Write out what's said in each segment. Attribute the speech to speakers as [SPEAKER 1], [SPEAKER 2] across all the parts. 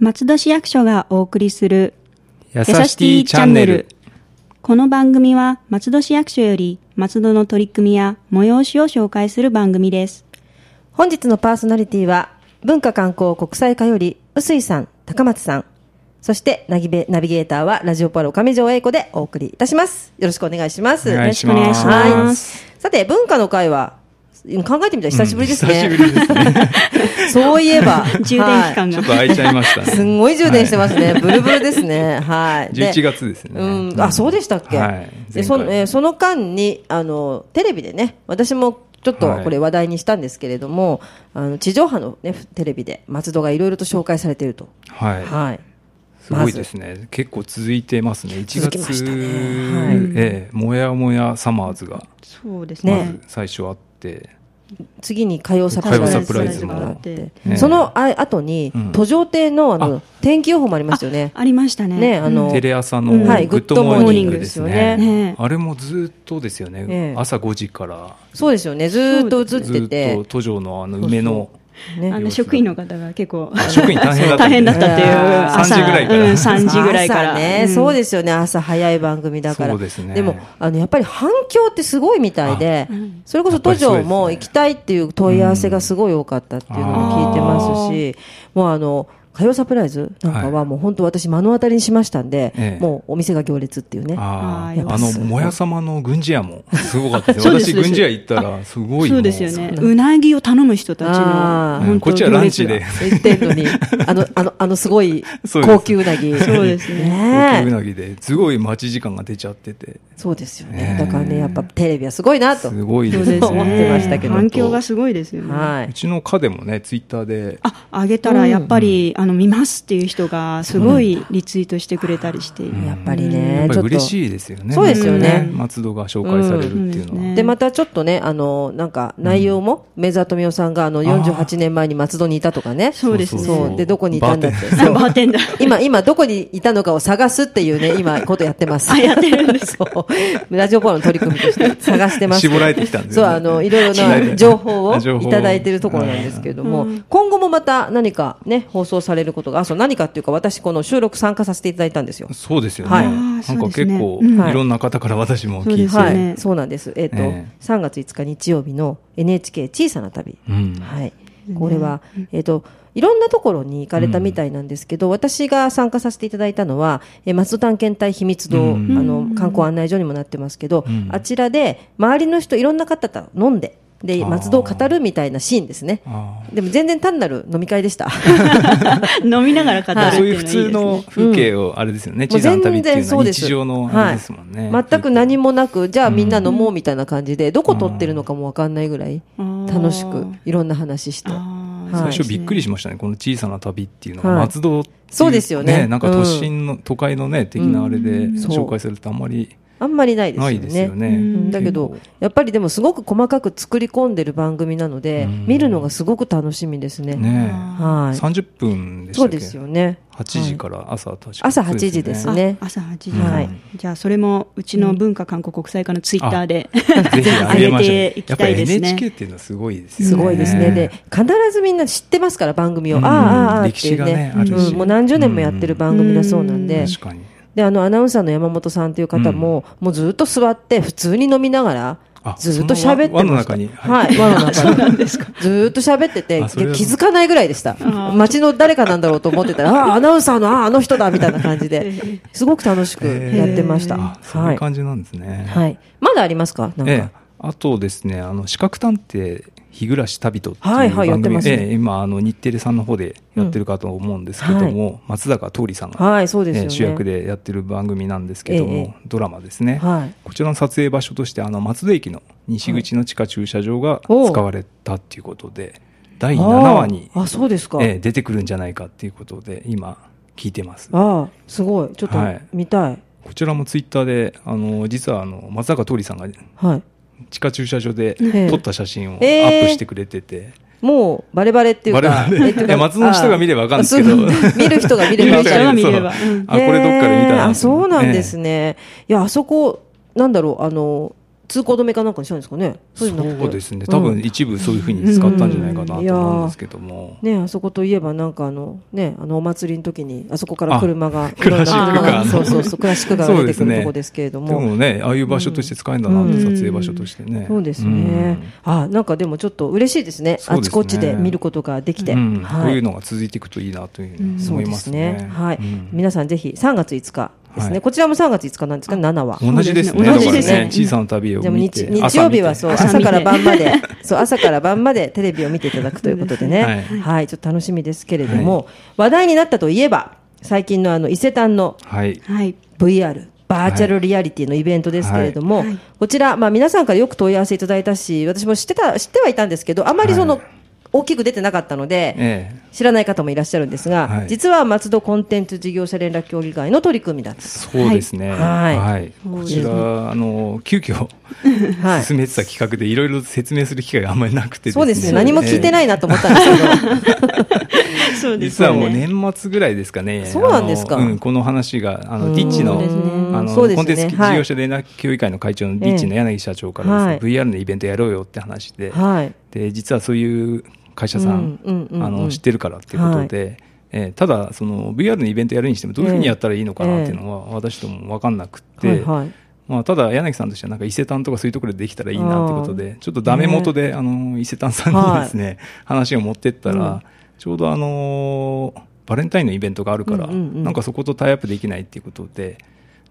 [SPEAKER 1] 松戸市役所がお送りする
[SPEAKER 2] や
[SPEAKER 1] やさしティチャンネル。この番組は松戸市役所より松戸の取り組みや催しを紹介する番組 です。
[SPEAKER 3] 本日のパーソナリティは文化観光国際課より臼井さん高松さんそしてナギベナビゲーターはラジオパロ上条英子でお送りいたしますよろしくお願いします
[SPEAKER 2] お願いします
[SPEAKER 1] よろしくお願いします
[SPEAKER 3] はいさて文化の会は考えてみたら久しぶりですね、
[SPEAKER 2] 久しぶりですね。
[SPEAKER 3] そういえば
[SPEAKER 1] 充電期間
[SPEAKER 2] ち
[SPEAKER 1] が
[SPEAKER 2] ょっと空いちゃいました
[SPEAKER 3] はい
[SPEAKER 2] ね。
[SPEAKER 3] すんごい充電してますね、ブルブルですね はいで
[SPEAKER 2] 11月ですね。
[SPEAKER 3] うん、あそうでしたっけ、
[SPEAKER 2] はい
[SPEAKER 3] でそ
[SPEAKER 2] 前
[SPEAKER 3] の
[SPEAKER 2] 回
[SPEAKER 3] えーその間にあのテレビでね私もちょっと
[SPEAKER 2] はい
[SPEAKER 3] これ話題にしたんですけれども、あの地上波の、ね、テレビで松戸がいろいろと紹介されていると、
[SPEAKER 2] はい。
[SPEAKER 3] はい、
[SPEAKER 2] すごいですね。結構続いてますね。1月。
[SPEAKER 3] 続きましたねはい
[SPEAKER 2] ええ、もやもやサマーズが、
[SPEAKER 1] そうです
[SPEAKER 2] ま
[SPEAKER 3] ね
[SPEAKER 2] ず最初あって、
[SPEAKER 3] 次に火曜サプ
[SPEAKER 2] 火曜サプ
[SPEAKER 3] ラ
[SPEAKER 2] ラ
[SPEAKER 3] イ
[SPEAKER 2] イ
[SPEAKER 3] ズ
[SPEAKER 2] ズ
[SPEAKER 3] があっ
[SPEAKER 2] も。
[SPEAKER 3] て、
[SPEAKER 2] ね
[SPEAKER 3] そのあ後に、
[SPEAKER 2] うん
[SPEAKER 3] 途上亭のあの
[SPEAKER 2] あ
[SPEAKER 3] 天気予報もありましたよね。
[SPEAKER 1] ありましたね。
[SPEAKER 3] ねあの
[SPEAKER 2] テレ朝の
[SPEAKER 3] う
[SPEAKER 2] グ
[SPEAKER 3] んはい
[SPEAKER 2] ッドモーニングです
[SPEAKER 3] グッドモーニングですよ
[SPEAKER 1] ね
[SPEAKER 2] ね。あれもずっとですよ
[SPEAKER 3] え
[SPEAKER 2] ね
[SPEAKER 3] え。
[SPEAKER 2] 朝5時から
[SPEAKER 3] そうですよねずーっと映
[SPEAKER 2] ず
[SPEAKER 3] って
[SPEAKER 2] っと
[SPEAKER 3] て、
[SPEAKER 2] 都城のあの梅の
[SPEAKER 3] ね
[SPEAKER 1] あの職員の方が結構
[SPEAKER 2] あ職員大変だった
[SPEAKER 1] 大変だったっていう
[SPEAKER 3] あー
[SPEAKER 1] 朝
[SPEAKER 2] 3時ぐらいから
[SPEAKER 1] うん、3時ぐらいから
[SPEAKER 3] 朝ね、そうですよね朝早い番組だから
[SPEAKER 2] そうですね
[SPEAKER 3] もあのやっぱり反響ってすごいみたいで
[SPEAKER 1] ん
[SPEAKER 3] それこそ都
[SPEAKER 2] やっぱ
[SPEAKER 3] 庁
[SPEAKER 2] りそうですね
[SPEAKER 3] も行きたいっていう問い合わせがすごい多かったっていうのも聞いてますし、もうあの火曜サプライズなんか
[SPEAKER 2] は
[SPEAKER 3] はもう本当私目の当たりにしましたんで、
[SPEAKER 2] ええ
[SPEAKER 3] もうお店が行列っていうね
[SPEAKER 2] あ
[SPEAKER 1] あー
[SPEAKER 2] ーあ
[SPEAKER 1] や
[SPEAKER 2] の
[SPEAKER 1] っぱ、
[SPEAKER 2] もやさまの軍事屋もすごかったで す
[SPEAKER 1] そう
[SPEAKER 2] ね。
[SPEAKER 1] です
[SPEAKER 2] 私、軍事屋行ったら、すごいも
[SPEAKER 1] そうですよね。うなぎを頼む人たちの
[SPEAKER 3] あー
[SPEAKER 2] う
[SPEAKER 1] 本
[SPEAKER 2] ん
[SPEAKER 1] 当
[SPEAKER 2] こっちはランチで
[SPEAKER 1] 行列が。
[SPEAKER 3] 言ってんのにあのあのあのすごい
[SPEAKER 2] そうです
[SPEAKER 3] 高級うなぎ
[SPEAKER 1] そうですね
[SPEAKER 2] 高級う
[SPEAKER 3] ねえ
[SPEAKER 2] なぎですごい待ち時間が出ちゃってて、
[SPEAKER 3] そうですよね
[SPEAKER 2] ねえ
[SPEAKER 3] だからねやっぱテレビはすごいなと
[SPEAKER 2] すごい
[SPEAKER 1] そ
[SPEAKER 2] で
[SPEAKER 1] う
[SPEAKER 2] す
[SPEAKER 1] で
[SPEAKER 2] ね。
[SPEAKER 1] す
[SPEAKER 3] 思ってましたけ
[SPEAKER 1] ね。
[SPEAKER 3] ど
[SPEAKER 1] 反響がすごいですよね。
[SPEAKER 3] は
[SPEAKER 2] う
[SPEAKER 3] い
[SPEAKER 2] ちの課でもね、ツイッターで、
[SPEAKER 1] あ、あげたらやっぱり、あの、見ますっていう人がすごいリツイートしてくれたりして。
[SPEAKER 2] ん
[SPEAKER 3] やっぱり
[SPEAKER 2] や
[SPEAKER 3] ね
[SPEAKER 2] っぱ
[SPEAKER 3] ち
[SPEAKER 2] り
[SPEAKER 3] ょっと
[SPEAKER 2] 嬉しいですよね。
[SPEAKER 3] そうです
[SPEAKER 1] よね
[SPEAKER 2] うん松戸が紹介されるっていう
[SPEAKER 1] うん
[SPEAKER 2] の
[SPEAKER 1] うん
[SPEAKER 2] は。
[SPEAKER 3] でまたちょっとね、あのなんか内容も、梅沢富美男さんがあの48年前に松戸にいたとかね、
[SPEAKER 1] そうですね
[SPEAKER 3] そうでどこにいたんだっ
[SPEAKER 2] バー
[SPEAKER 3] て
[SPEAKER 2] テン、
[SPEAKER 3] そ う
[SPEAKER 1] バーテンダー。
[SPEAKER 3] 今、今、どこにいたのかを探すっていうね、今、ことやってます。。
[SPEAKER 1] あやってるんです
[SPEAKER 3] そう。ラジオポロの取り組みとして探してます。
[SPEAKER 2] 絞られてきたんです
[SPEAKER 3] そう、
[SPEAKER 2] よね
[SPEAKER 3] あの、いろいろ
[SPEAKER 2] 絞られ
[SPEAKER 3] な
[SPEAKER 2] て
[SPEAKER 3] 情報をい
[SPEAKER 2] 情報を
[SPEAKER 3] ただいてるところなんですけれども、今後もまた何かね、放送されることが、あ、そう、何かっていうか、私、この収録参加させていただいたんですよ。
[SPEAKER 2] そうですよね。
[SPEAKER 3] はい
[SPEAKER 2] なん
[SPEAKER 1] あーそ
[SPEAKER 2] か
[SPEAKER 1] うです
[SPEAKER 2] 結
[SPEAKER 1] ね
[SPEAKER 2] 構、
[SPEAKER 1] うん
[SPEAKER 2] いろんな方から私も
[SPEAKER 1] そう
[SPEAKER 2] 聞
[SPEAKER 1] で
[SPEAKER 2] い
[SPEAKER 1] すよ
[SPEAKER 2] て。
[SPEAKER 3] は
[SPEAKER 1] ね
[SPEAKER 3] い、そうなんです。えっ、と、
[SPEAKER 2] え
[SPEAKER 3] 3月5日日曜日の NHK 小さな旅。
[SPEAKER 2] うん
[SPEAKER 3] はい。これは、えっ、と、いろんなところに行かれたみたいなんですけど、私が参加させていただいたのは、えー松戸探検隊秘密堂、
[SPEAKER 2] うん
[SPEAKER 3] あの、観光案内所にもなってますけど、
[SPEAKER 2] うん
[SPEAKER 3] あちらで、周りの人、いろんな方と飲んで、で、
[SPEAKER 2] あー
[SPEAKER 3] 松戸を語るみたいなシーンですね。
[SPEAKER 2] あー
[SPEAKER 3] でも全然単なる飲み会で した。
[SPEAKER 1] 飲みながら語るって
[SPEAKER 2] そういう
[SPEAKER 1] いうのいいですね。
[SPEAKER 2] 普通の風景を、あれですよね、
[SPEAKER 3] もう
[SPEAKER 2] 地産旅
[SPEAKER 3] 全
[SPEAKER 2] ってい
[SPEAKER 3] 然
[SPEAKER 2] うの
[SPEAKER 3] そ
[SPEAKER 2] は
[SPEAKER 3] うです。
[SPEAKER 2] 日常のあれですもんね。
[SPEAKER 3] はい全く何
[SPEAKER 2] も。
[SPEAKER 3] もなく、じゃあみんな飲もうみたいな感じで、どこ撮ってるのかもわかんないぐらい、
[SPEAKER 1] うん
[SPEAKER 3] 楽しくいろんな話して。
[SPEAKER 1] あー
[SPEAKER 3] はい
[SPEAKER 2] 最初びっくりしましたね、この小さな旅っていうのは、
[SPEAKER 3] はい
[SPEAKER 2] 松戸ってい
[SPEAKER 3] そうですよね
[SPEAKER 2] なんか都心の、都会のね、的なあれで
[SPEAKER 3] んそう
[SPEAKER 2] 紹介するとあんまり
[SPEAKER 3] あんまりないですよ
[SPEAKER 2] な
[SPEAKER 3] ね。
[SPEAKER 2] いですよね。
[SPEAKER 3] うんだけど
[SPEAKER 2] 結構、
[SPEAKER 3] やっぱりでもすごく細かく作り込んでる番組なので、
[SPEAKER 2] うん
[SPEAKER 3] 見るのがすごく楽しみですね。
[SPEAKER 2] ね
[SPEAKER 3] はい。
[SPEAKER 2] 30分でした
[SPEAKER 3] そ
[SPEAKER 2] っ
[SPEAKER 3] う
[SPEAKER 2] け
[SPEAKER 3] ですよね。
[SPEAKER 2] 8時
[SPEAKER 3] は
[SPEAKER 2] から朝、確か
[SPEAKER 3] 朝8時です
[SPEAKER 1] あ
[SPEAKER 3] ね
[SPEAKER 1] 朝8時、
[SPEAKER 3] はい
[SPEAKER 1] じゃあそれもうちの文化観光国際課のツイッターで、
[SPEAKER 2] ぜひあげましょう
[SPEAKER 1] 上げていきたいですね
[SPEAKER 2] やっぱ NHK っていうのはすごいです
[SPEAKER 3] い。
[SPEAKER 2] よね。
[SPEAKER 3] すごいですね。で、必ずみんな知ってますから、番組
[SPEAKER 2] う
[SPEAKER 3] を。あ
[SPEAKER 2] ん
[SPEAKER 3] あ、ああ、ああっ
[SPEAKER 2] 歴
[SPEAKER 3] てい
[SPEAKER 2] 史
[SPEAKER 3] う
[SPEAKER 2] がね
[SPEAKER 3] ね。
[SPEAKER 2] あるし
[SPEAKER 3] うんもう何十年もやってる番組だそうなんで。
[SPEAKER 2] 確かに。
[SPEAKER 3] で、あの、アナウンサーの山本さんという方も、もうずっと座って、普通に飲みながら
[SPEAKER 2] あ、
[SPEAKER 3] ずっと喋ってました。
[SPEAKER 2] その輪の中に
[SPEAKER 3] は、
[SPEAKER 2] はい
[SPEAKER 3] 輪の中に。 ずーっと喋ってて、
[SPEAKER 2] あそれ
[SPEAKER 3] で
[SPEAKER 2] は
[SPEAKER 3] 気づかないぐらいでした。街の誰かなんだろうと思ってたら、ああー、アナウンサーの、ああ、あの人だ、みたいな感じで、すごく楽しくやってました。
[SPEAKER 2] あそう
[SPEAKER 3] はいい。
[SPEAKER 2] う感じなんですね。
[SPEAKER 3] はい。まだありますかなんか。
[SPEAKER 2] ええ、あとですね、あの、視覚探偵、日暮らし旅人って
[SPEAKER 3] はいいうは
[SPEAKER 2] 番組、
[SPEAKER 3] いやってますね
[SPEAKER 2] ええ今、あの、日テレさんの方でやってるかと思うんですけども、
[SPEAKER 3] うん
[SPEAKER 2] 松坂桃李さんが、
[SPEAKER 3] はい、そうですよ
[SPEAKER 2] え
[SPEAKER 3] ね。
[SPEAKER 2] え主役でやってる番組なんですけども、
[SPEAKER 3] ええ
[SPEAKER 2] ドラマですね。
[SPEAKER 3] はい。
[SPEAKER 2] こちらの撮影場所としてあの松戸駅の西口の地下駐車場が使
[SPEAKER 3] おう
[SPEAKER 2] われたっていうことで、第7話に
[SPEAKER 3] あーあ、そうですか。
[SPEAKER 2] ええ出てくるんじゃないかっていうことで今聞いてます。
[SPEAKER 3] ああ、すごい。ちょっと
[SPEAKER 2] はい
[SPEAKER 3] 見たい。
[SPEAKER 2] こちらもツイッターであの実はあの松坂桃李さんが
[SPEAKER 3] はい。
[SPEAKER 2] 地下駐車場で
[SPEAKER 3] ええ
[SPEAKER 2] 撮った写真をア
[SPEAKER 3] ええ
[SPEAKER 2] ップしてくれてて、
[SPEAKER 3] もう、バレバレっていうか。
[SPEAKER 2] バレバレ
[SPEAKER 3] えってうか
[SPEAKER 2] いや松戸の人が見ればわかんないですけど
[SPEAKER 3] あ そう見る人が見ればわ
[SPEAKER 1] 見
[SPEAKER 3] か
[SPEAKER 1] る人が
[SPEAKER 3] る。
[SPEAKER 1] 見れば
[SPEAKER 2] そう
[SPEAKER 1] うん
[SPEAKER 2] あこれどっかで見た
[SPEAKER 3] へー
[SPEAKER 2] な
[SPEAKER 3] あそうなんです
[SPEAKER 2] ね
[SPEAKER 3] ね、いやあそこなんだろうあの通行止めかなんかにしたんですかね
[SPEAKER 2] そう
[SPEAKER 3] いのなくて
[SPEAKER 2] ですね多分一部そういうふうに使ったんじゃないかなと思うんですけども、
[SPEAKER 3] ね、あそこといえばなんかあの、ね、あのお祭りの時にあそこから車が
[SPEAKER 2] あクラシックカーの
[SPEAKER 3] いろんなそうそう そうクラシックカーが出てく
[SPEAKER 2] そうです
[SPEAKER 3] る
[SPEAKER 2] ね
[SPEAKER 3] とこですけれど
[SPEAKER 2] で
[SPEAKER 3] も
[SPEAKER 2] もねああいう場所として使えるんだなって、
[SPEAKER 3] うん
[SPEAKER 2] 撮影場所としてね
[SPEAKER 3] そうですね、あなんかでもちょっと嬉しいですね
[SPEAKER 2] そう
[SPEAKER 3] あ
[SPEAKER 2] ですね
[SPEAKER 3] ちこちで見ることができて、
[SPEAKER 2] うんうんこう
[SPEAKER 3] はいいう
[SPEAKER 2] のが続いていくといいなというふうに
[SPEAKER 3] そう
[SPEAKER 2] 思い
[SPEAKER 3] で
[SPEAKER 2] ますす
[SPEAKER 3] ね
[SPEAKER 2] ね。
[SPEAKER 3] はい、
[SPEAKER 2] うん
[SPEAKER 3] 皆さんぜひ3月5日ですね、
[SPEAKER 2] はい
[SPEAKER 3] こちらも3月5日なんですか7は
[SPEAKER 2] 同じですね。
[SPEAKER 1] 同じですね
[SPEAKER 2] だから小さな旅を
[SPEAKER 3] でも
[SPEAKER 2] 見
[SPEAKER 3] 日
[SPEAKER 2] て。
[SPEAKER 3] 日曜日はそう
[SPEAKER 2] 朝
[SPEAKER 3] 朝
[SPEAKER 2] 見て
[SPEAKER 3] から晩まで そう朝から晩までテレビを見ていただくということでね、
[SPEAKER 2] はい
[SPEAKER 3] はい、ちょっと楽しみですけれども、話題になったといえば最近のあの伊勢丹の
[SPEAKER 2] はい。
[SPEAKER 1] はい。
[SPEAKER 3] VR バーチャルリアリティのイベントですけれども、
[SPEAKER 1] はいはい
[SPEAKER 3] こちら、まあ、皆さんからよく問い合わせいただいたし私も知ってた知ってはいたんですけどあまりその、
[SPEAKER 2] はい
[SPEAKER 3] 大きく出てなかったので、
[SPEAKER 2] ええ。
[SPEAKER 3] 知らない方もいらっしゃるんですが、
[SPEAKER 2] はい
[SPEAKER 3] 実は松戸コンテンツ事業者連絡協議会の取り組みだった、
[SPEAKER 2] そうですね。
[SPEAKER 3] はい
[SPEAKER 2] はい。
[SPEAKER 1] はい
[SPEAKER 2] こちら、あの、急遽
[SPEAKER 3] はい、
[SPEAKER 2] 進めてた企画でいろいろ説明する機会があんまりなくて。
[SPEAKER 3] そうですね何も聞いてないいなと思ったんですけど、
[SPEAKER 1] そうです
[SPEAKER 2] 実はもう年末ぐらいですかね。
[SPEAKER 3] そうなんですか
[SPEAKER 2] あのうん、この話が、あの、ディッチ
[SPEAKER 3] う
[SPEAKER 2] の、
[SPEAKER 3] ーん
[SPEAKER 2] あの、
[SPEAKER 3] そうですね
[SPEAKER 2] コンテンツ
[SPEAKER 3] はい
[SPEAKER 2] 事業者連絡協議会の会長のディッチの柳社長からですね、VR のイベントやろうよって話で、
[SPEAKER 3] はい
[SPEAKER 2] で実はそういう会社さん,、
[SPEAKER 3] うんうんうん
[SPEAKER 2] あの知ってるからっていうことで、えーただその VR のイベントやるにしてもどういうふうにやったらいいのかなっていうのは私ども分かんなくって、
[SPEAKER 3] はいはい
[SPEAKER 2] まあ、ただ柳さんとしてはなんか伊勢丹とかそういうところでできたらいいなってことでちょっとダメ元で、あの伊勢丹さんにですね、話を持ってったら、
[SPEAKER 3] うん
[SPEAKER 2] ちょうどあのーバレンタインのイベントがあるから、
[SPEAKER 3] うんうんうん
[SPEAKER 2] なんかそことタイアップできないっていうことで。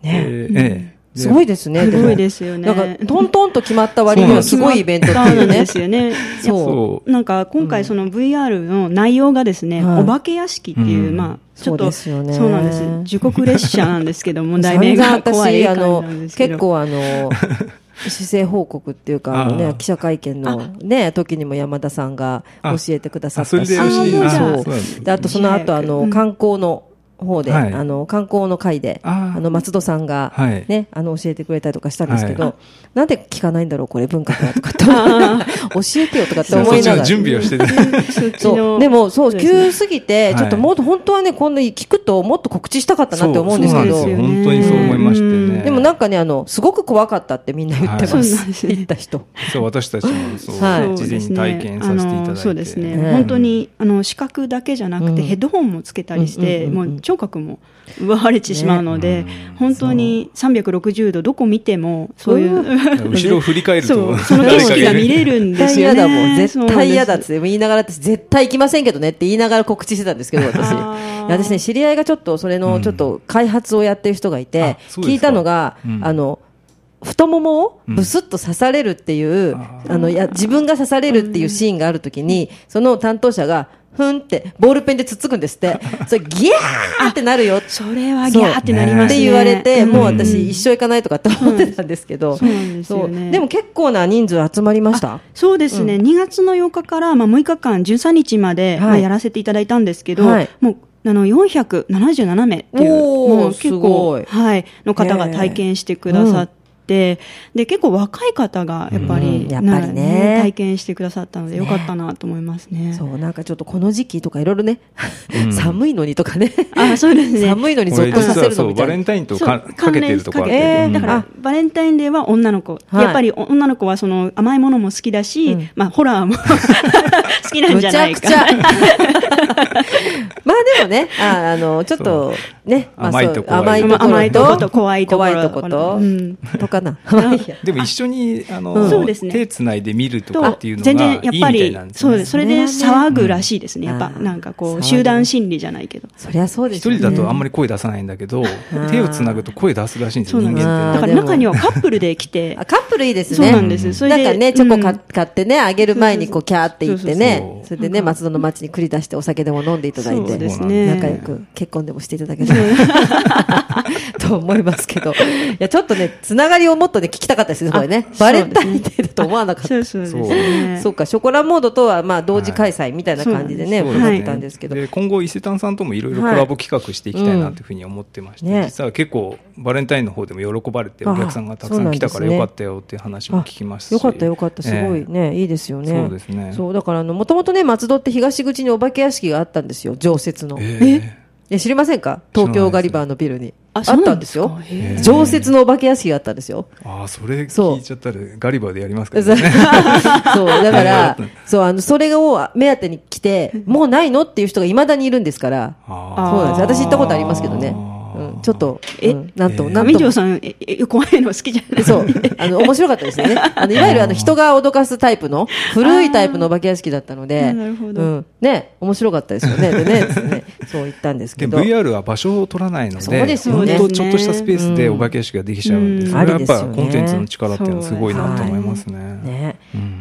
[SPEAKER 3] ね
[SPEAKER 2] でええ
[SPEAKER 3] すごいですね
[SPEAKER 1] すごいですよね
[SPEAKER 3] なんかトントンと決まった割にはすごいイベントって
[SPEAKER 1] そう
[SPEAKER 3] い
[SPEAKER 1] な
[SPEAKER 3] うんね
[SPEAKER 1] ですよね。
[SPEAKER 3] そう
[SPEAKER 2] そう
[SPEAKER 1] なんか今回その VR の内容がですね、
[SPEAKER 3] はい
[SPEAKER 1] お化け屋敷っていう、
[SPEAKER 2] うん
[SPEAKER 1] まあ、ちょっ
[SPEAKER 3] そうで
[SPEAKER 1] と、
[SPEAKER 3] すよね
[SPEAKER 1] そうなんです。時刻列車なんですけど も、題
[SPEAKER 3] 散
[SPEAKER 1] 名
[SPEAKER 3] 々
[SPEAKER 1] が怖い
[SPEAKER 3] 私、あ
[SPEAKER 1] 感じ
[SPEAKER 3] の
[SPEAKER 1] なんで、すけど。
[SPEAKER 3] 結構あの、 市政報告っていうか、あの
[SPEAKER 2] あ
[SPEAKER 3] ね
[SPEAKER 2] あ、
[SPEAKER 3] 記者会見のね、時にも山田さんが教えてくださったし、
[SPEAKER 2] あそれで
[SPEAKER 1] よろしいあ
[SPEAKER 3] そ
[SPEAKER 1] そう
[SPEAKER 2] なんです
[SPEAKER 3] う。で、あとその後、あ
[SPEAKER 1] う
[SPEAKER 3] の、
[SPEAKER 1] ん
[SPEAKER 3] 観光の方で、
[SPEAKER 2] はい
[SPEAKER 3] あの、観光の会で、
[SPEAKER 2] あ
[SPEAKER 3] あ
[SPEAKER 2] あ
[SPEAKER 3] の、松戸さんが
[SPEAKER 2] はい、
[SPEAKER 3] ね、あの、教えてくれたりとかしたんですけ
[SPEAKER 2] は
[SPEAKER 3] ど、なんで聞かないんだろう、これ、文化からとかって思いながら教えてよとかって
[SPEAKER 2] そ
[SPEAKER 3] 思
[SPEAKER 2] っ
[SPEAKER 3] い
[SPEAKER 2] ち
[SPEAKER 3] な
[SPEAKER 2] の
[SPEAKER 3] がら。
[SPEAKER 2] 準備をしてて
[SPEAKER 1] そっちの
[SPEAKER 3] そうでもそう
[SPEAKER 1] ですね
[SPEAKER 3] 急すぎて、
[SPEAKER 2] はい
[SPEAKER 3] ちょっともっと本当はね、こんな聞くと、もっと告知したかったなって思うんですけ
[SPEAKER 2] そ
[SPEAKER 3] ど
[SPEAKER 2] そな、
[SPEAKER 1] よ
[SPEAKER 2] んですよ本当にそう思いましてね。
[SPEAKER 3] でもなんかね、あの、すごく怖かったってみんな言ってま
[SPEAKER 1] はいそ
[SPEAKER 3] す。
[SPEAKER 1] うなんですね
[SPEAKER 3] 行った人。
[SPEAKER 2] そう私たちもそう、
[SPEAKER 3] はい
[SPEAKER 2] 事前に体験させていただいて、
[SPEAKER 1] そうですねあのそうです
[SPEAKER 3] う
[SPEAKER 1] ね
[SPEAKER 3] ん
[SPEAKER 1] 本当にあの視覚だけじゃなくて
[SPEAKER 3] うん
[SPEAKER 1] ヘッドホンもつけたりして、
[SPEAKER 3] うんうんうんうん
[SPEAKER 1] もう聴覚も奪われてしまうので、
[SPEAKER 2] ね
[SPEAKER 1] 本当に360度どこ見てもそういう、
[SPEAKER 3] う
[SPEAKER 2] 後ろを振り返ると
[SPEAKER 1] そうその景
[SPEAKER 2] 誰か
[SPEAKER 1] 色
[SPEAKER 2] い
[SPEAKER 1] が
[SPEAKER 2] る
[SPEAKER 1] 見れるん で
[SPEAKER 3] 絶
[SPEAKER 1] す
[SPEAKER 3] 対
[SPEAKER 1] よ
[SPEAKER 3] 嫌
[SPEAKER 1] ね
[SPEAKER 3] だもん。絶対嫌だっ
[SPEAKER 1] そうなんです
[SPEAKER 3] て言いながら私、絶対行きませんけどねって言いながら告知してたんですけど、私。い
[SPEAKER 1] あー
[SPEAKER 3] や私ね、知り合いがちょっと、それ
[SPEAKER 2] う
[SPEAKER 3] の、
[SPEAKER 2] ん
[SPEAKER 3] ちょっと開発をやってる人がいて
[SPEAKER 2] あ、そうですか
[SPEAKER 3] 聞いたのが
[SPEAKER 2] う、ん
[SPEAKER 3] あの、太ももをブスッと刺されるっていう、
[SPEAKER 2] あ
[SPEAKER 3] あの、や、自分が刺されるっていうシーンがあるときに、その担当者が、ふんって、ボールペンでつっつくんですって、それギャーってなるよって
[SPEAKER 1] それはギャーってなりま
[SPEAKER 3] っ
[SPEAKER 1] すね
[SPEAKER 3] て言われて、
[SPEAKER 1] ん
[SPEAKER 3] もう私一生行かないとかって思ってたんですけど、
[SPEAKER 1] そうなんですよね
[SPEAKER 3] そうでも結構な人数集まりました
[SPEAKER 1] そうですね、2月の8日から、まあ、6日間、13日まで、
[SPEAKER 3] はい
[SPEAKER 1] まあ、やらせていただいたんですけど、
[SPEAKER 3] はい
[SPEAKER 1] もうあの477名っていう、
[SPEAKER 3] おー
[SPEAKER 1] もう結
[SPEAKER 3] すごい
[SPEAKER 1] 構、はい、の方が体験してくださって。で結構若い方がやっぱり,
[SPEAKER 3] うん
[SPEAKER 1] な、
[SPEAKER 3] やっぱりね
[SPEAKER 1] 体験してくださったのでよかったなと思いますね。
[SPEAKER 3] そうなんかちょっとこの時期とかいろいろね、寒いのにとかね
[SPEAKER 1] あそうです ね
[SPEAKER 3] 寒いのに
[SPEAKER 2] こ
[SPEAKER 3] ゾッ
[SPEAKER 2] れ
[SPEAKER 3] とさ
[SPEAKER 2] 実
[SPEAKER 3] せ
[SPEAKER 2] は
[SPEAKER 3] るの
[SPEAKER 2] そ
[SPEAKER 3] み
[SPEAKER 2] う
[SPEAKER 3] た
[SPEAKER 2] バ
[SPEAKER 3] い
[SPEAKER 2] レ
[SPEAKER 3] な
[SPEAKER 2] ンタインと
[SPEAKER 1] そう
[SPEAKER 2] かかけてるところあって、
[SPEAKER 1] 関連
[SPEAKER 2] うん
[SPEAKER 1] だからバレンタインデーは女の子、
[SPEAKER 3] はい
[SPEAKER 1] やっぱり女の子はその甘いものも好きだし、
[SPEAKER 3] うん
[SPEAKER 1] まあ、ホラーも 好きなん
[SPEAKER 3] む
[SPEAKER 1] じゃ
[SPEAKER 3] ち
[SPEAKER 1] な
[SPEAKER 3] ゃ
[SPEAKER 1] い
[SPEAKER 3] く
[SPEAKER 1] か
[SPEAKER 3] ちゃ まあでもねああのちょっとね
[SPEAKER 2] そう
[SPEAKER 3] まあ
[SPEAKER 2] 甘い
[SPEAKER 3] そう
[SPEAKER 2] と怖い
[SPEAKER 3] 甘いところ
[SPEAKER 1] 甘いとこと怖いところ
[SPEAKER 3] 怖いとこ と、
[SPEAKER 1] うん
[SPEAKER 3] とかなまあいいや
[SPEAKER 2] でも一緒にあの、
[SPEAKER 1] うんそうですね
[SPEAKER 2] 手つないで見るとか
[SPEAKER 1] と
[SPEAKER 2] っていうのがいい
[SPEAKER 1] 全
[SPEAKER 2] み
[SPEAKER 1] 然やったぱり
[SPEAKER 2] いなんです
[SPEAKER 1] そ
[SPEAKER 2] よ
[SPEAKER 1] う
[SPEAKER 2] ね
[SPEAKER 1] ですそれで騒ぐらしいですね、
[SPEAKER 3] うん
[SPEAKER 1] やっぱなんかこ
[SPEAKER 3] 騒ぐ
[SPEAKER 1] う集団心理じゃないけど
[SPEAKER 3] そりゃそうで
[SPEAKER 2] 一
[SPEAKER 3] すよね
[SPEAKER 2] 人だとあんまり声出さないんだけど、手をつなぐと声出すらしいんです
[SPEAKER 1] そ
[SPEAKER 2] よ
[SPEAKER 1] うなん
[SPEAKER 2] 人間っ
[SPEAKER 1] ですだか
[SPEAKER 2] ていうのは
[SPEAKER 1] ら中にはカップルで来て
[SPEAKER 3] あカップルいいですね
[SPEAKER 1] そうなんです、それで
[SPEAKER 3] なんかね、チョコ
[SPEAKER 1] うん
[SPEAKER 3] か買ってね、あげる前にこう、キャーって言って
[SPEAKER 2] そうそう
[SPEAKER 3] ね
[SPEAKER 2] そ、う
[SPEAKER 3] それでね、松戸の街に繰り出してお酒でも飲んでいただい
[SPEAKER 1] そ
[SPEAKER 3] て
[SPEAKER 1] うで、す
[SPEAKER 2] え
[SPEAKER 1] ね
[SPEAKER 2] え
[SPEAKER 3] 仲良く結婚でもしていただけたら と思いますけど、いや、ちょっとね、つながりをもっとね、聞きたかった ですね、こ れね
[SPEAKER 1] あ。
[SPEAKER 3] バレンタインデーだと思わなかっ
[SPEAKER 1] そう
[SPEAKER 3] た。
[SPEAKER 1] そうですね
[SPEAKER 3] そうか、ショコラモードとは、まあ、同時開催みたいな感じでね、
[SPEAKER 1] はい
[SPEAKER 2] そ
[SPEAKER 1] そう
[SPEAKER 2] うです
[SPEAKER 1] な
[SPEAKER 3] 伺
[SPEAKER 2] ね
[SPEAKER 3] ってたんですけど、
[SPEAKER 2] で今後伊勢丹さんともいろいろコラボ企画していきたいなというふうに思ってまして、
[SPEAKER 3] はいうんね
[SPEAKER 2] 実は結構バレンタインの方でも喜ばれてお客さんがたく
[SPEAKER 3] あそう
[SPEAKER 2] さ
[SPEAKER 3] なん
[SPEAKER 2] ん
[SPEAKER 3] で
[SPEAKER 2] 来
[SPEAKER 3] す
[SPEAKER 2] た
[SPEAKER 3] ね
[SPEAKER 2] からよかったよっていう話も聞きましたし
[SPEAKER 3] よかったよかった、すごい
[SPEAKER 2] え
[SPEAKER 3] ね、いいですよね。
[SPEAKER 2] そうですね
[SPEAKER 3] そうだからあの、もともとね、松戸って東口にお化け屋敷があったんですよ、常設の。
[SPEAKER 2] えええ
[SPEAKER 3] え知りませんか東京ガリバーのビルに。
[SPEAKER 1] あ
[SPEAKER 3] あったんですよ。
[SPEAKER 1] そうなんですかへえ
[SPEAKER 3] 常設のお化け屋敷があったんですよ。
[SPEAKER 2] ああ、それ
[SPEAKER 3] そう
[SPEAKER 2] 聞いちゃったらガリバーでやりますけ
[SPEAKER 3] そ
[SPEAKER 2] ど
[SPEAKER 3] う、
[SPEAKER 2] ね。
[SPEAKER 3] だから、そう、あの、それを目当てに来て、もうないのっていう人がいまだにいるんですから、
[SPEAKER 2] あ
[SPEAKER 3] そうなんです。私行ったことありますけどね。
[SPEAKER 2] あ
[SPEAKER 3] う
[SPEAKER 2] ー
[SPEAKER 3] ん、ちょっと、
[SPEAKER 1] え
[SPEAKER 3] うんなんと、
[SPEAKER 2] えー
[SPEAKER 3] なん
[SPEAKER 1] 上
[SPEAKER 3] と
[SPEAKER 1] 条
[SPEAKER 3] も。
[SPEAKER 1] さん、ええ怖いの好きじゃない
[SPEAKER 3] そう。あの、面白かったです よね。あの、いわゆるあの、人が脅かすタイプの、古いタイプのお化け屋敷だったの
[SPEAKER 1] あー
[SPEAKER 3] で、
[SPEAKER 1] なるほど
[SPEAKER 3] うん。ね、面白かったですよね。で ね、つってねそう言ったんです
[SPEAKER 2] で
[SPEAKER 3] けど。
[SPEAKER 2] VR は場所を取らないの
[SPEAKER 3] そうで
[SPEAKER 2] で、
[SPEAKER 3] すよ
[SPEAKER 2] 本
[SPEAKER 3] ね
[SPEAKER 2] 当ちょっとしたスペースでお化け屋敷ができちゃうん
[SPEAKER 1] う
[SPEAKER 2] で、
[SPEAKER 1] ん
[SPEAKER 2] それはやっぱ
[SPEAKER 3] ありですよね
[SPEAKER 2] コンテンツの力っていうのはすごいなと思いますね。
[SPEAKER 3] ね。
[SPEAKER 2] うん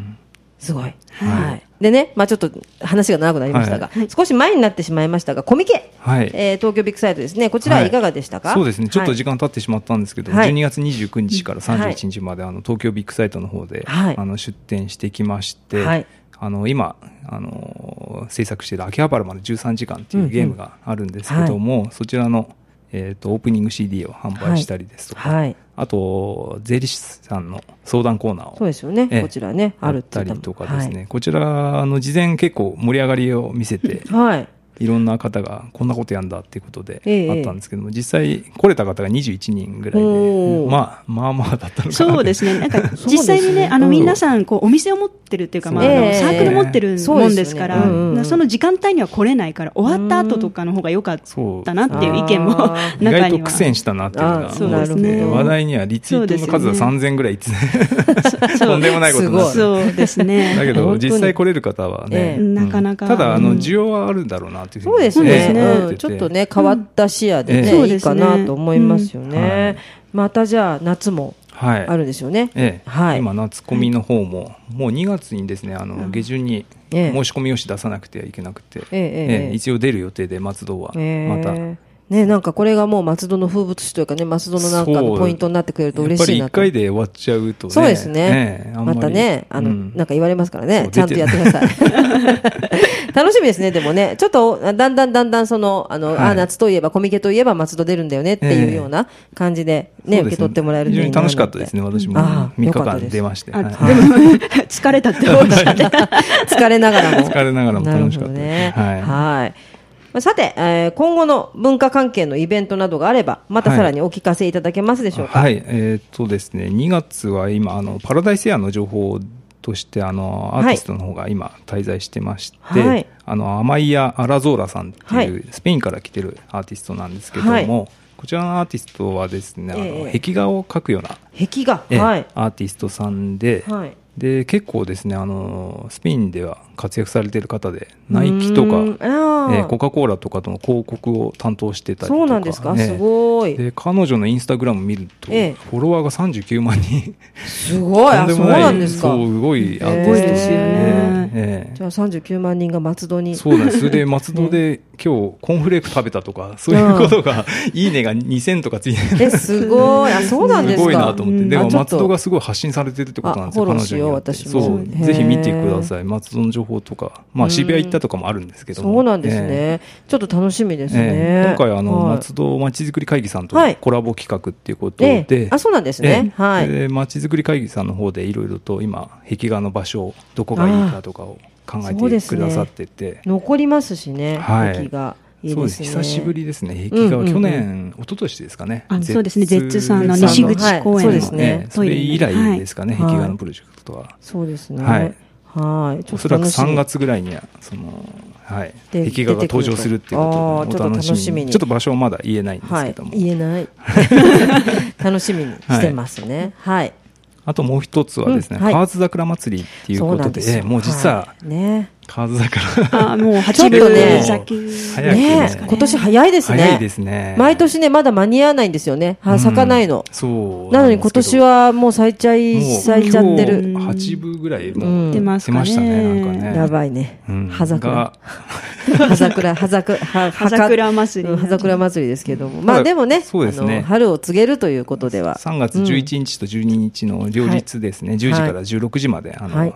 [SPEAKER 3] すごい。
[SPEAKER 1] はい
[SPEAKER 3] はい。でね、まあちょっと話が長くなりましたが、
[SPEAKER 1] はい
[SPEAKER 3] 少し前になってしまいましたが、コミケ、
[SPEAKER 2] はい
[SPEAKER 3] えー東京ビッグサイトですね、こちらはいかがでしたか、
[SPEAKER 2] はいそうですね、ちょっと時
[SPEAKER 3] 間、
[SPEAKER 2] 間経ってしまったんですけど、
[SPEAKER 3] はい
[SPEAKER 2] 12月29日から
[SPEAKER 3] はい
[SPEAKER 2] 31日まで、あの東京ビッグサイトの方で、
[SPEAKER 3] はい
[SPEAKER 2] あの出展してきまして、
[SPEAKER 3] はい
[SPEAKER 2] あの今あの、制作している秋葉原まで13時間っていうゲームがあるんですけども、そちらの、えー、とオープニング CD を販売したりですとか、
[SPEAKER 3] はい。
[SPEAKER 2] あと、税理士さんの相談コーナーを
[SPEAKER 3] そうですよね、
[SPEAKER 2] ええ
[SPEAKER 3] こちらね、ある
[SPEAKER 2] あ
[SPEAKER 3] っ
[SPEAKER 2] ってた
[SPEAKER 3] 言っ
[SPEAKER 2] り
[SPEAKER 3] た
[SPEAKER 2] と
[SPEAKER 3] もん
[SPEAKER 2] かですね、。こちらの事前結構盛り上がりを見せ て
[SPEAKER 3] はい。はい
[SPEAKER 2] いろんな方がこんなことやんだっていうことで
[SPEAKER 3] ええ
[SPEAKER 2] あったんですけども、実際来れた方が21人ぐらいで、
[SPEAKER 3] おー
[SPEAKER 2] まあまあまあだったのかな
[SPEAKER 1] そうですね。なんか、
[SPEAKER 3] そうですね
[SPEAKER 1] 実際にね、あ
[SPEAKER 3] う
[SPEAKER 1] の、
[SPEAKER 3] ん
[SPEAKER 1] 皆さん、こう、お店を持ってるっていうか、まあ、あ
[SPEAKER 2] そう
[SPEAKER 1] の
[SPEAKER 2] ええ
[SPEAKER 1] サークル持ってるもんですから、
[SPEAKER 2] そうですよねうん
[SPEAKER 3] うんうん
[SPEAKER 1] その時間帯には来れないから、終わった後とかの方が良かったなっていう意見も
[SPEAKER 3] そうあ、
[SPEAKER 2] 意
[SPEAKER 1] 中
[SPEAKER 2] 外と
[SPEAKER 1] には。
[SPEAKER 2] 苦戦したなっていうの
[SPEAKER 3] あ
[SPEAKER 2] が
[SPEAKER 1] そう
[SPEAKER 2] 思
[SPEAKER 1] で
[SPEAKER 2] っ
[SPEAKER 1] す
[SPEAKER 2] て、
[SPEAKER 1] ね
[SPEAKER 2] 話題にはリツイートの数は
[SPEAKER 1] そうで
[SPEAKER 2] 3000ぐらいいつ、 とんでもないことになってる
[SPEAKER 1] そうです
[SPEAKER 2] だ
[SPEAKER 1] ね。
[SPEAKER 2] けど
[SPEAKER 3] 本当に
[SPEAKER 2] 実際来れる方はね、
[SPEAKER 3] ええ
[SPEAKER 2] うん
[SPEAKER 1] なかなか
[SPEAKER 2] ただあ
[SPEAKER 1] う
[SPEAKER 2] の
[SPEAKER 1] ん
[SPEAKER 2] 需要はあるんだろうなっていうふうに
[SPEAKER 3] そうで
[SPEAKER 1] そ
[SPEAKER 3] すね、
[SPEAKER 1] うですね
[SPEAKER 3] うんちょっとね、変わった視野で
[SPEAKER 2] うん
[SPEAKER 3] ね、
[SPEAKER 2] え
[SPEAKER 1] え
[SPEAKER 3] いいかなと思いますよ
[SPEAKER 2] そ
[SPEAKER 3] ね。
[SPEAKER 2] うですね
[SPEAKER 3] またじゃあ、夏も
[SPEAKER 2] はい
[SPEAKER 3] あるんですよね。
[SPEAKER 2] ええ
[SPEAKER 3] はい
[SPEAKER 2] 今、夏コミの方も、もう2月にですねあ
[SPEAKER 1] う
[SPEAKER 2] の
[SPEAKER 1] ん
[SPEAKER 2] 下旬に
[SPEAKER 3] ええ
[SPEAKER 2] 申し込み用紙出さなくてはいけなくて、
[SPEAKER 3] ええええ
[SPEAKER 2] 一応出る予定で、松戸は
[SPEAKER 3] え
[SPEAKER 2] また。
[SPEAKER 3] ーね、なんかこれがもう松戸の風物詩というかね、松戸のなんかのポイントになってくれると嬉しい
[SPEAKER 2] や
[SPEAKER 3] な
[SPEAKER 2] っ
[SPEAKER 3] と
[SPEAKER 2] ぱり1回で終わっちゃうとね、
[SPEAKER 3] そうですね。
[SPEAKER 2] ええあん
[SPEAKER 3] ま
[SPEAKER 2] り
[SPEAKER 3] たね、あの、
[SPEAKER 2] うん
[SPEAKER 3] なんか言われますからね
[SPEAKER 2] そ、う
[SPEAKER 3] ちゃんとやってくださ い。楽しみですね、でもね。ちょっと、だんだんだんだんその、あの、
[SPEAKER 2] はい
[SPEAKER 3] あ、夏といえば、コミケといえば松戸出るんだよねっていう
[SPEAKER 2] ええ
[SPEAKER 3] ような感じで、ね、
[SPEAKER 2] そうです
[SPEAKER 3] 受け取ってもらえる
[SPEAKER 2] 非常に楽しかったです
[SPEAKER 3] ね。
[SPEAKER 2] ね、私も
[SPEAKER 3] あ
[SPEAKER 2] 3
[SPEAKER 3] あ
[SPEAKER 2] 日
[SPEAKER 3] よかったで
[SPEAKER 2] 間
[SPEAKER 3] す
[SPEAKER 2] 出まして、
[SPEAKER 1] あで
[SPEAKER 2] はい
[SPEAKER 1] も、 疲れたっておっしゃって。
[SPEAKER 3] 疲れながら も。
[SPEAKER 2] 疲れながらも楽しかったです
[SPEAKER 3] なるほど
[SPEAKER 2] は
[SPEAKER 3] ね。
[SPEAKER 2] い
[SPEAKER 3] はい。まあさて、えー今後の文化関係のイベントなどがあれば、またさらにお聞かせいただけますでしょうか。
[SPEAKER 2] はい、えーっとですね、2月は今、あのパラダイスエアの情報として、あのアーティストの方が今、滞在してまして、
[SPEAKER 3] はい
[SPEAKER 2] あのアマイア・アラゾーラさんって、
[SPEAKER 3] はいいう
[SPEAKER 2] スペインから来てるアーティストなんですけども、
[SPEAKER 3] はい
[SPEAKER 2] こちらのアーティストはですね、あの
[SPEAKER 3] ええ
[SPEAKER 2] 壁画を描くような、
[SPEAKER 3] 壁画。
[SPEAKER 2] ええ
[SPEAKER 3] はい。
[SPEAKER 2] アーティストさんで、
[SPEAKER 3] はい。
[SPEAKER 2] で結構ですねあの、スペインでは活躍されてる方で、ナイキとか、
[SPEAKER 3] うーんあー
[SPEAKER 2] えーコカ・コーラとかとの広告を担当してたりとか、
[SPEAKER 3] そうなんですか、
[SPEAKER 2] ええ
[SPEAKER 3] すごい。
[SPEAKER 2] で彼女のインスタグラム見ると、
[SPEAKER 3] ええ
[SPEAKER 2] フォロワーが39万人
[SPEAKER 3] すごい、あ
[SPEAKER 2] と
[SPEAKER 3] そ
[SPEAKER 2] んで
[SPEAKER 3] う
[SPEAKER 2] もない
[SPEAKER 3] なんですか。
[SPEAKER 2] そうすごいアーティス
[SPEAKER 1] ごい
[SPEAKER 2] ト
[SPEAKER 1] ですよね
[SPEAKER 2] え
[SPEAKER 3] じゃあ39万人が松戸
[SPEAKER 2] え
[SPEAKER 3] に。
[SPEAKER 2] そうなんです。それ で松戸で今日コーンフレーク食べたとか、そういうことが、いいねが2000とかついてる。
[SPEAKER 3] え、すごい。あ、そうなんですす
[SPEAKER 2] ご
[SPEAKER 3] か。
[SPEAKER 2] いなと思っ
[SPEAKER 1] う
[SPEAKER 2] て。
[SPEAKER 1] ん
[SPEAKER 2] で
[SPEAKER 3] あ
[SPEAKER 2] も
[SPEAKER 3] ちょっと
[SPEAKER 2] 松戸がすごい発信されてるってことなんですよ、
[SPEAKER 3] あフ
[SPEAKER 2] 彼
[SPEAKER 3] ォロ
[SPEAKER 2] 女
[SPEAKER 3] ー
[SPEAKER 2] に
[SPEAKER 3] しよう
[SPEAKER 2] よって
[SPEAKER 3] 私も
[SPEAKER 2] そう。
[SPEAKER 3] へえ
[SPEAKER 2] ぜひ見てください。松戸の情報とか、まあ渋谷行ったとかもあるんですけども。
[SPEAKER 3] そうなんです
[SPEAKER 2] ええ
[SPEAKER 3] ね。ちょっと楽しみです
[SPEAKER 2] え
[SPEAKER 3] ね
[SPEAKER 2] え。今回あの、
[SPEAKER 3] はい
[SPEAKER 2] 松戸まちづくり会議さんと
[SPEAKER 3] はい
[SPEAKER 2] コラボ企画っていうこと
[SPEAKER 3] え
[SPEAKER 2] で、
[SPEAKER 3] えあ、そうなんですね。
[SPEAKER 2] ええ
[SPEAKER 3] はい。
[SPEAKER 2] でまちづくり会議さんの方でいろいろと今壁画の場所をどこがいいかとかを考
[SPEAKER 3] あ
[SPEAKER 2] え
[SPEAKER 3] ーそうで
[SPEAKER 2] て
[SPEAKER 3] す
[SPEAKER 2] く
[SPEAKER 3] ね
[SPEAKER 2] ださってて
[SPEAKER 3] 残りますしね、
[SPEAKER 2] はい
[SPEAKER 3] 敵が。いい
[SPEAKER 2] そう
[SPEAKER 3] で
[SPEAKER 2] ですす
[SPEAKER 3] ね。
[SPEAKER 2] 久しぶりですね
[SPEAKER 3] う
[SPEAKER 2] 壁
[SPEAKER 3] ん
[SPEAKER 2] 画は
[SPEAKER 3] うんうん
[SPEAKER 2] 去年、一昨年ですかね
[SPEAKER 1] あそうですね
[SPEAKER 2] ゼ
[SPEAKER 1] ゼ
[SPEAKER 2] ッ
[SPEAKER 1] ッ
[SPEAKER 2] ツ
[SPEAKER 1] ツさんの
[SPEAKER 2] ゼッツ
[SPEAKER 1] 西口
[SPEAKER 2] さん
[SPEAKER 1] 公
[SPEAKER 3] そ
[SPEAKER 1] 園の、ね
[SPEAKER 3] うですね
[SPEAKER 2] それ以来ですかね、
[SPEAKER 3] はい
[SPEAKER 2] 壁画のプロジェクトは、
[SPEAKER 3] そうですね。は
[SPEAKER 2] はいい。
[SPEAKER 3] はい。ちょ
[SPEAKER 2] お
[SPEAKER 3] っと
[SPEAKER 2] そらく
[SPEAKER 3] 楽しみ
[SPEAKER 2] 3月ぐらいにはその、はい、
[SPEAKER 3] で
[SPEAKER 2] 壁画が登場するっていうこと
[SPEAKER 3] 出
[SPEAKER 2] で
[SPEAKER 3] てくるとあ
[SPEAKER 2] お
[SPEAKER 3] ー
[SPEAKER 2] 楽しみに
[SPEAKER 3] ち
[SPEAKER 2] ちょっ
[SPEAKER 3] ょっと楽しみに
[SPEAKER 2] と場所はまだ言えないんです
[SPEAKER 3] は
[SPEAKER 2] け
[SPEAKER 3] い
[SPEAKER 2] ども、。
[SPEAKER 3] 言 えない。楽しみにしてますね。はい。
[SPEAKER 2] あともう一つはですね、
[SPEAKER 3] うんはい
[SPEAKER 2] 河津桜祭りっていう
[SPEAKER 3] そう
[SPEAKER 2] こ
[SPEAKER 3] な
[SPEAKER 2] と
[SPEAKER 3] ん
[SPEAKER 2] で
[SPEAKER 3] ですよ
[SPEAKER 2] もう実は
[SPEAKER 3] はいね。
[SPEAKER 2] 河津桜、
[SPEAKER 1] あ もう
[SPEAKER 3] ちょ
[SPEAKER 1] 8
[SPEAKER 3] っと
[SPEAKER 1] 分
[SPEAKER 3] ね
[SPEAKER 1] 先。
[SPEAKER 2] 早い
[SPEAKER 3] ね
[SPEAKER 2] ですかね
[SPEAKER 3] 今年早いですね。
[SPEAKER 2] 早いですね
[SPEAKER 3] 毎年ね、まだ間に合わないんですよね。は咲かない
[SPEAKER 2] う
[SPEAKER 3] の
[SPEAKER 2] ん。そう
[SPEAKER 3] なの
[SPEAKER 2] ん
[SPEAKER 3] に
[SPEAKER 2] で
[SPEAKER 3] 今
[SPEAKER 2] すけど
[SPEAKER 3] 年はもう咲いちゃい、咲いちゃってる。
[SPEAKER 2] もう今日8分ぐらい
[SPEAKER 3] うん
[SPEAKER 2] もう
[SPEAKER 1] 出
[SPEAKER 2] 出
[SPEAKER 1] ま
[SPEAKER 2] ます
[SPEAKER 1] かね
[SPEAKER 2] したね、なんかね。
[SPEAKER 3] やばいね
[SPEAKER 2] うん。
[SPEAKER 3] 葉桜
[SPEAKER 2] が。
[SPEAKER 3] 葉桜、葉桜、は
[SPEAKER 1] 葉桜祭り
[SPEAKER 3] うん葉桜祭りですけども。ま
[SPEAKER 2] た
[SPEAKER 3] あ
[SPEAKER 2] だ
[SPEAKER 3] でもね、
[SPEAKER 2] そうですね
[SPEAKER 3] あの春を告げるということでは。
[SPEAKER 2] 3月11日と12日の両日ですね、10時から16時まで、あの、
[SPEAKER 3] はい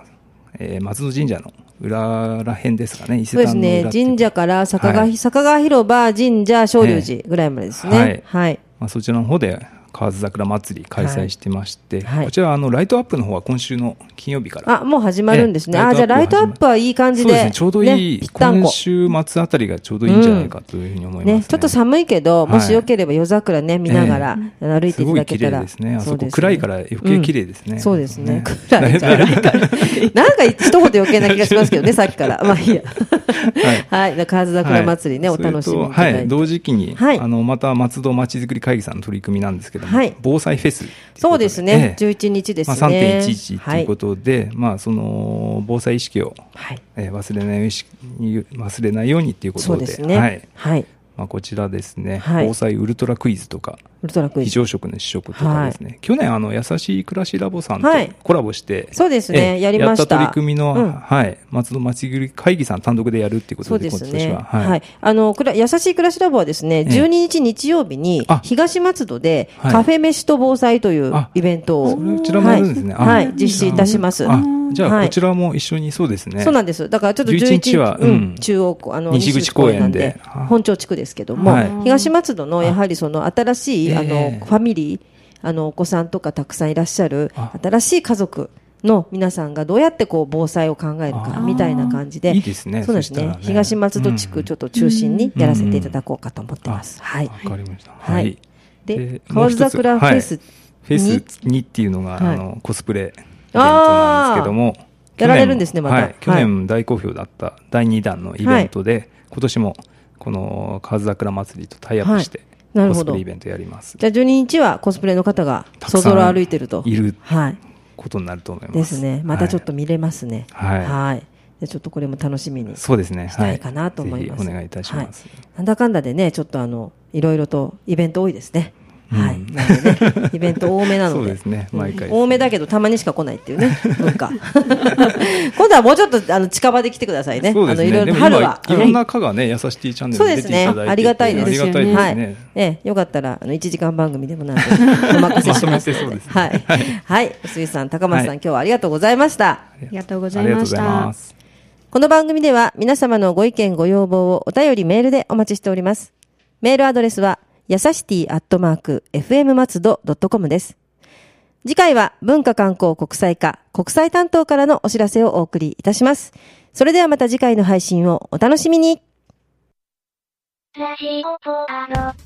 [SPEAKER 2] えー松戸神社の裏ら辺ですかね、伊
[SPEAKER 3] そ
[SPEAKER 2] 勢
[SPEAKER 3] うです
[SPEAKER 2] 丹の裏
[SPEAKER 3] ね。
[SPEAKER 2] っていう
[SPEAKER 3] 神社から坂川、
[SPEAKER 2] はい
[SPEAKER 3] 坂川広場、神社、昇龍寺ぐらいまでですね。
[SPEAKER 2] ええ
[SPEAKER 3] はい。
[SPEAKER 2] まあ、そちらの方で河津桜祭り開催してまして、
[SPEAKER 3] はいはい
[SPEAKER 2] こちらあのライトアップの方は今週の金曜日から
[SPEAKER 3] あ、もう始まるんですね。
[SPEAKER 2] ええ
[SPEAKER 3] あ、じゃあライトアップはいい感じ
[SPEAKER 2] そ
[SPEAKER 3] で。
[SPEAKER 2] うですねちょうどいい、
[SPEAKER 3] ぴったん
[SPEAKER 2] 今
[SPEAKER 3] こ。
[SPEAKER 2] 週末あたりがちょうどいいんじゃないかというふうに思いますね,、
[SPEAKER 3] ね、ちょっと寒いけど、も
[SPEAKER 2] は
[SPEAKER 3] し
[SPEAKER 2] い
[SPEAKER 3] よければ夜桜ね、見ながら歩いて
[SPEAKER 2] す
[SPEAKER 3] いただけたら。
[SPEAKER 2] ごい綺麗ですねあそこ
[SPEAKER 3] うです
[SPEAKER 2] 暗いから余計綺麗ですね
[SPEAKER 3] うんそうですね。
[SPEAKER 2] 本当
[SPEAKER 3] 暗
[SPEAKER 2] ね
[SPEAKER 3] いから。暗い からなんか一言余計な気がしますけどね、さっきから。まあいいや。 はい。はい。河津桜祭りね、
[SPEAKER 2] はい
[SPEAKER 3] お楽しみい
[SPEAKER 2] そ
[SPEAKER 3] た
[SPEAKER 2] れと
[SPEAKER 3] だ
[SPEAKER 2] はいい、
[SPEAKER 3] て。
[SPEAKER 2] 同時期に、
[SPEAKER 3] はい
[SPEAKER 2] あのまた松戸まちづくり会議さんの取り組みなんですけども、
[SPEAKER 3] はい
[SPEAKER 2] 防災フェスといこと
[SPEAKER 3] そうです
[SPEAKER 2] え
[SPEAKER 3] ね。
[SPEAKER 2] え
[SPEAKER 3] 11日です
[SPEAKER 2] まあ、
[SPEAKER 3] ね。
[SPEAKER 2] 3.11と
[SPEAKER 3] はいいう
[SPEAKER 2] ことで、まあ、その防災意識を、
[SPEAKER 3] はい。
[SPEAKER 2] えー忘れないようにし忘れないようにというこ
[SPEAKER 3] そ
[SPEAKER 2] と
[SPEAKER 3] う
[SPEAKER 2] で
[SPEAKER 3] ですね。
[SPEAKER 2] は
[SPEAKER 3] はいい。
[SPEAKER 2] まあ、こちらですね、
[SPEAKER 3] はい
[SPEAKER 2] 防災ウルトラクイズとか
[SPEAKER 3] ウルトラクイ
[SPEAKER 2] 非
[SPEAKER 3] ズ。
[SPEAKER 2] 常食の試食とかですね、去年あの優しい暮らしラボさんと
[SPEAKER 3] はい
[SPEAKER 2] コラボして、
[SPEAKER 3] そうですね
[SPEAKER 2] ええ
[SPEAKER 3] やりました
[SPEAKER 2] やった取り組みの、
[SPEAKER 3] うん
[SPEAKER 2] はい、松戸まちぐり会議さん単独でやるっていうこ
[SPEAKER 3] そ
[SPEAKER 2] と
[SPEAKER 3] う
[SPEAKER 2] で
[SPEAKER 3] です
[SPEAKER 2] 今年
[SPEAKER 3] ね。
[SPEAKER 2] は、
[SPEAKER 3] はい、あの、くら、優しい暮らしラボはです
[SPEAKER 2] え
[SPEAKER 3] ね、
[SPEAKER 2] え
[SPEAKER 3] 12日日曜日に
[SPEAKER 2] あ、
[SPEAKER 3] 東松戸で、
[SPEAKER 2] はい
[SPEAKER 3] カフェ飯と防災という
[SPEAKER 2] あ
[SPEAKER 3] イベントを、
[SPEAKER 2] こちらもやるんですね、
[SPEAKER 3] はいはい
[SPEAKER 2] あ
[SPEAKER 3] 実施いたします
[SPEAKER 2] あじゃ
[SPEAKER 3] は
[SPEAKER 2] あ
[SPEAKER 3] い
[SPEAKER 2] こちらも一緒にそうですね、
[SPEAKER 3] そうなんです。だからちょっと11
[SPEAKER 2] 11日は
[SPEAKER 3] う
[SPEAKER 2] うん
[SPEAKER 3] ん、中央区、あの、
[SPEAKER 2] 西口公園で
[SPEAKER 3] なんで
[SPEAKER 2] は、い
[SPEAKER 3] 本町地区ですけども
[SPEAKER 2] はい、
[SPEAKER 3] 東松戸のやはりその新しい、
[SPEAKER 2] ええ
[SPEAKER 3] あの、ファミリー、あの、お子さんとかたくさんいらっしゃる
[SPEAKER 2] あ、
[SPEAKER 3] 新しい家族の皆さんがどうやってこう防災を考えるか、
[SPEAKER 2] あ
[SPEAKER 3] みたいな感じで、
[SPEAKER 2] いいですね
[SPEAKER 3] そうです
[SPEAKER 2] そした
[SPEAKER 3] ね
[SPEAKER 2] らね
[SPEAKER 3] 東松戸地
[SPEAKER 2] う
[SPEAKER 3] 区
[SPEAKER 2] ん
[SPEAKER 3] ちょっと中心にやらせていただこうかと思ってます。はい。
[SPEAKER 2] わかりました。
[SPEAKER 3] はいで
[SPEAKER 2] で、
[SPEAKER 3] 河津桜フェ
[SPEAKER 2] もう
[SPEAKER 3] ス
[SPEAKER 2] 一つはいフェス2っていうのが、
[SPEAKER 3] はい
[SPEAKER 2] あのコスプレイベントなんですけども、
[SPEAKER 3] あーやられるんですねまた
[SPEAKER 2] はい去年大好評だった第2弾のイベントで、今年もこの河津桜祭りとタイアップして、
[SPEAKER 3] いなる
[SPEAKER 2] コ
[SPEAKER 3] ほ
[SPEAKER 2] ス
[SPEAKER 3] ど
[SPEAKER 2] プレイベントやります。
[SPEAKER 3] じゃあ12日はコスプレの方が、
[SPEAKER 2] たくさ
[SPEAKER 3] そ
[SPEAKER 2] ん
[SPEAKER 3] ぞろ歩いてると。
[SPEAKER 2] いる
[SPEAKER 3] はい。
[SPEAKER 2] ことになると思います。
[SPEAKER 3] ですね。またちょっと
[SPEAKER 2] は
[SPEAKER 3] 見れますね。
[SPEAKER 2] はい
[SPEAKER 3] でちょっとこれも楽しみに
[SPEAKER 2] い、そうですね。
[SPEAKER 3] したいかなと思います。
[SPEAKER 2] ぜひお願いいたします。
[SPEAKER 3] はいなんだかんだでね、ちょっとあの、いろいろとイベント多いですね。
[SPEAKER 2] うん
[SPEAKER 3] はい。なので ね、イベント多めなので。
[SPEAKER 2] そうですね
[SPEAKER 3] ん
[SPEAKER 2] 毎回
[SPEAKER 3] 多めだけど、たまにしか来ないっていうね、文化。 今度はもうちょっと、あの、近場で来てくださいね。
[SPEAKER 2] そうですね。
[SPEAKER 3] あの、いろい
[SPEAKER 2] で
[SPEAKER 3] ろ、
[SPEAKER 2] も
[SPEAKER 3] 春は。
[SPEAKER 2] 今いろんな科がね、優しティチャンネ
[SPEAKER 3] そ
[SPEAKER 2] ルに
[SPEAKER 3] う
[SPEAKER 2] 出
[SPEAKER 3] です
[SPEAKER 2] ていただい
[SPEAKER 3] ね
[SPEAKER 2] てて、。
[SPEAKER 3] ありがたいです。
[SPEAKER 2] ありがたいですね。
[SPEAKER 3] はい、ええ、よかったら、あの、1時間番組でもなんで、お任せします
[SPEAKER 2] まと
[SPEAKER 3] ので。
[SPEAKER 2] めてそうですね
[SPEAKER 3] はい。はい。臼井さん、高松さん、
[SPEAKER 2] はい
[SPEAKER 3] 今日はありがとうございました。
[SPEAKER 1] ありがとうご
[SPEAKER 2] あ
[SPEAKER 1] ざい
[SPEAKER 2] りがと
[SPEAKER 1] ま
[SPEAKER 2] うご
[SPEAKER 1] し
[SPEAKER 2] ざい
[SPEAKER 1] た
[SPEAKER 2] ま。す。
[SPEAKER 3] この番組では皆様のご意見ご要望をお便りメールでお待ちしております。メールアドレスは、やさしティアットマーク、fm 松戸 .com です。次回は文化観光国際課国際担当からのお知らせをお送りいたします。それではまた次回の配信をお楽しみに。
[SPEAKER 4] ラジオポアド。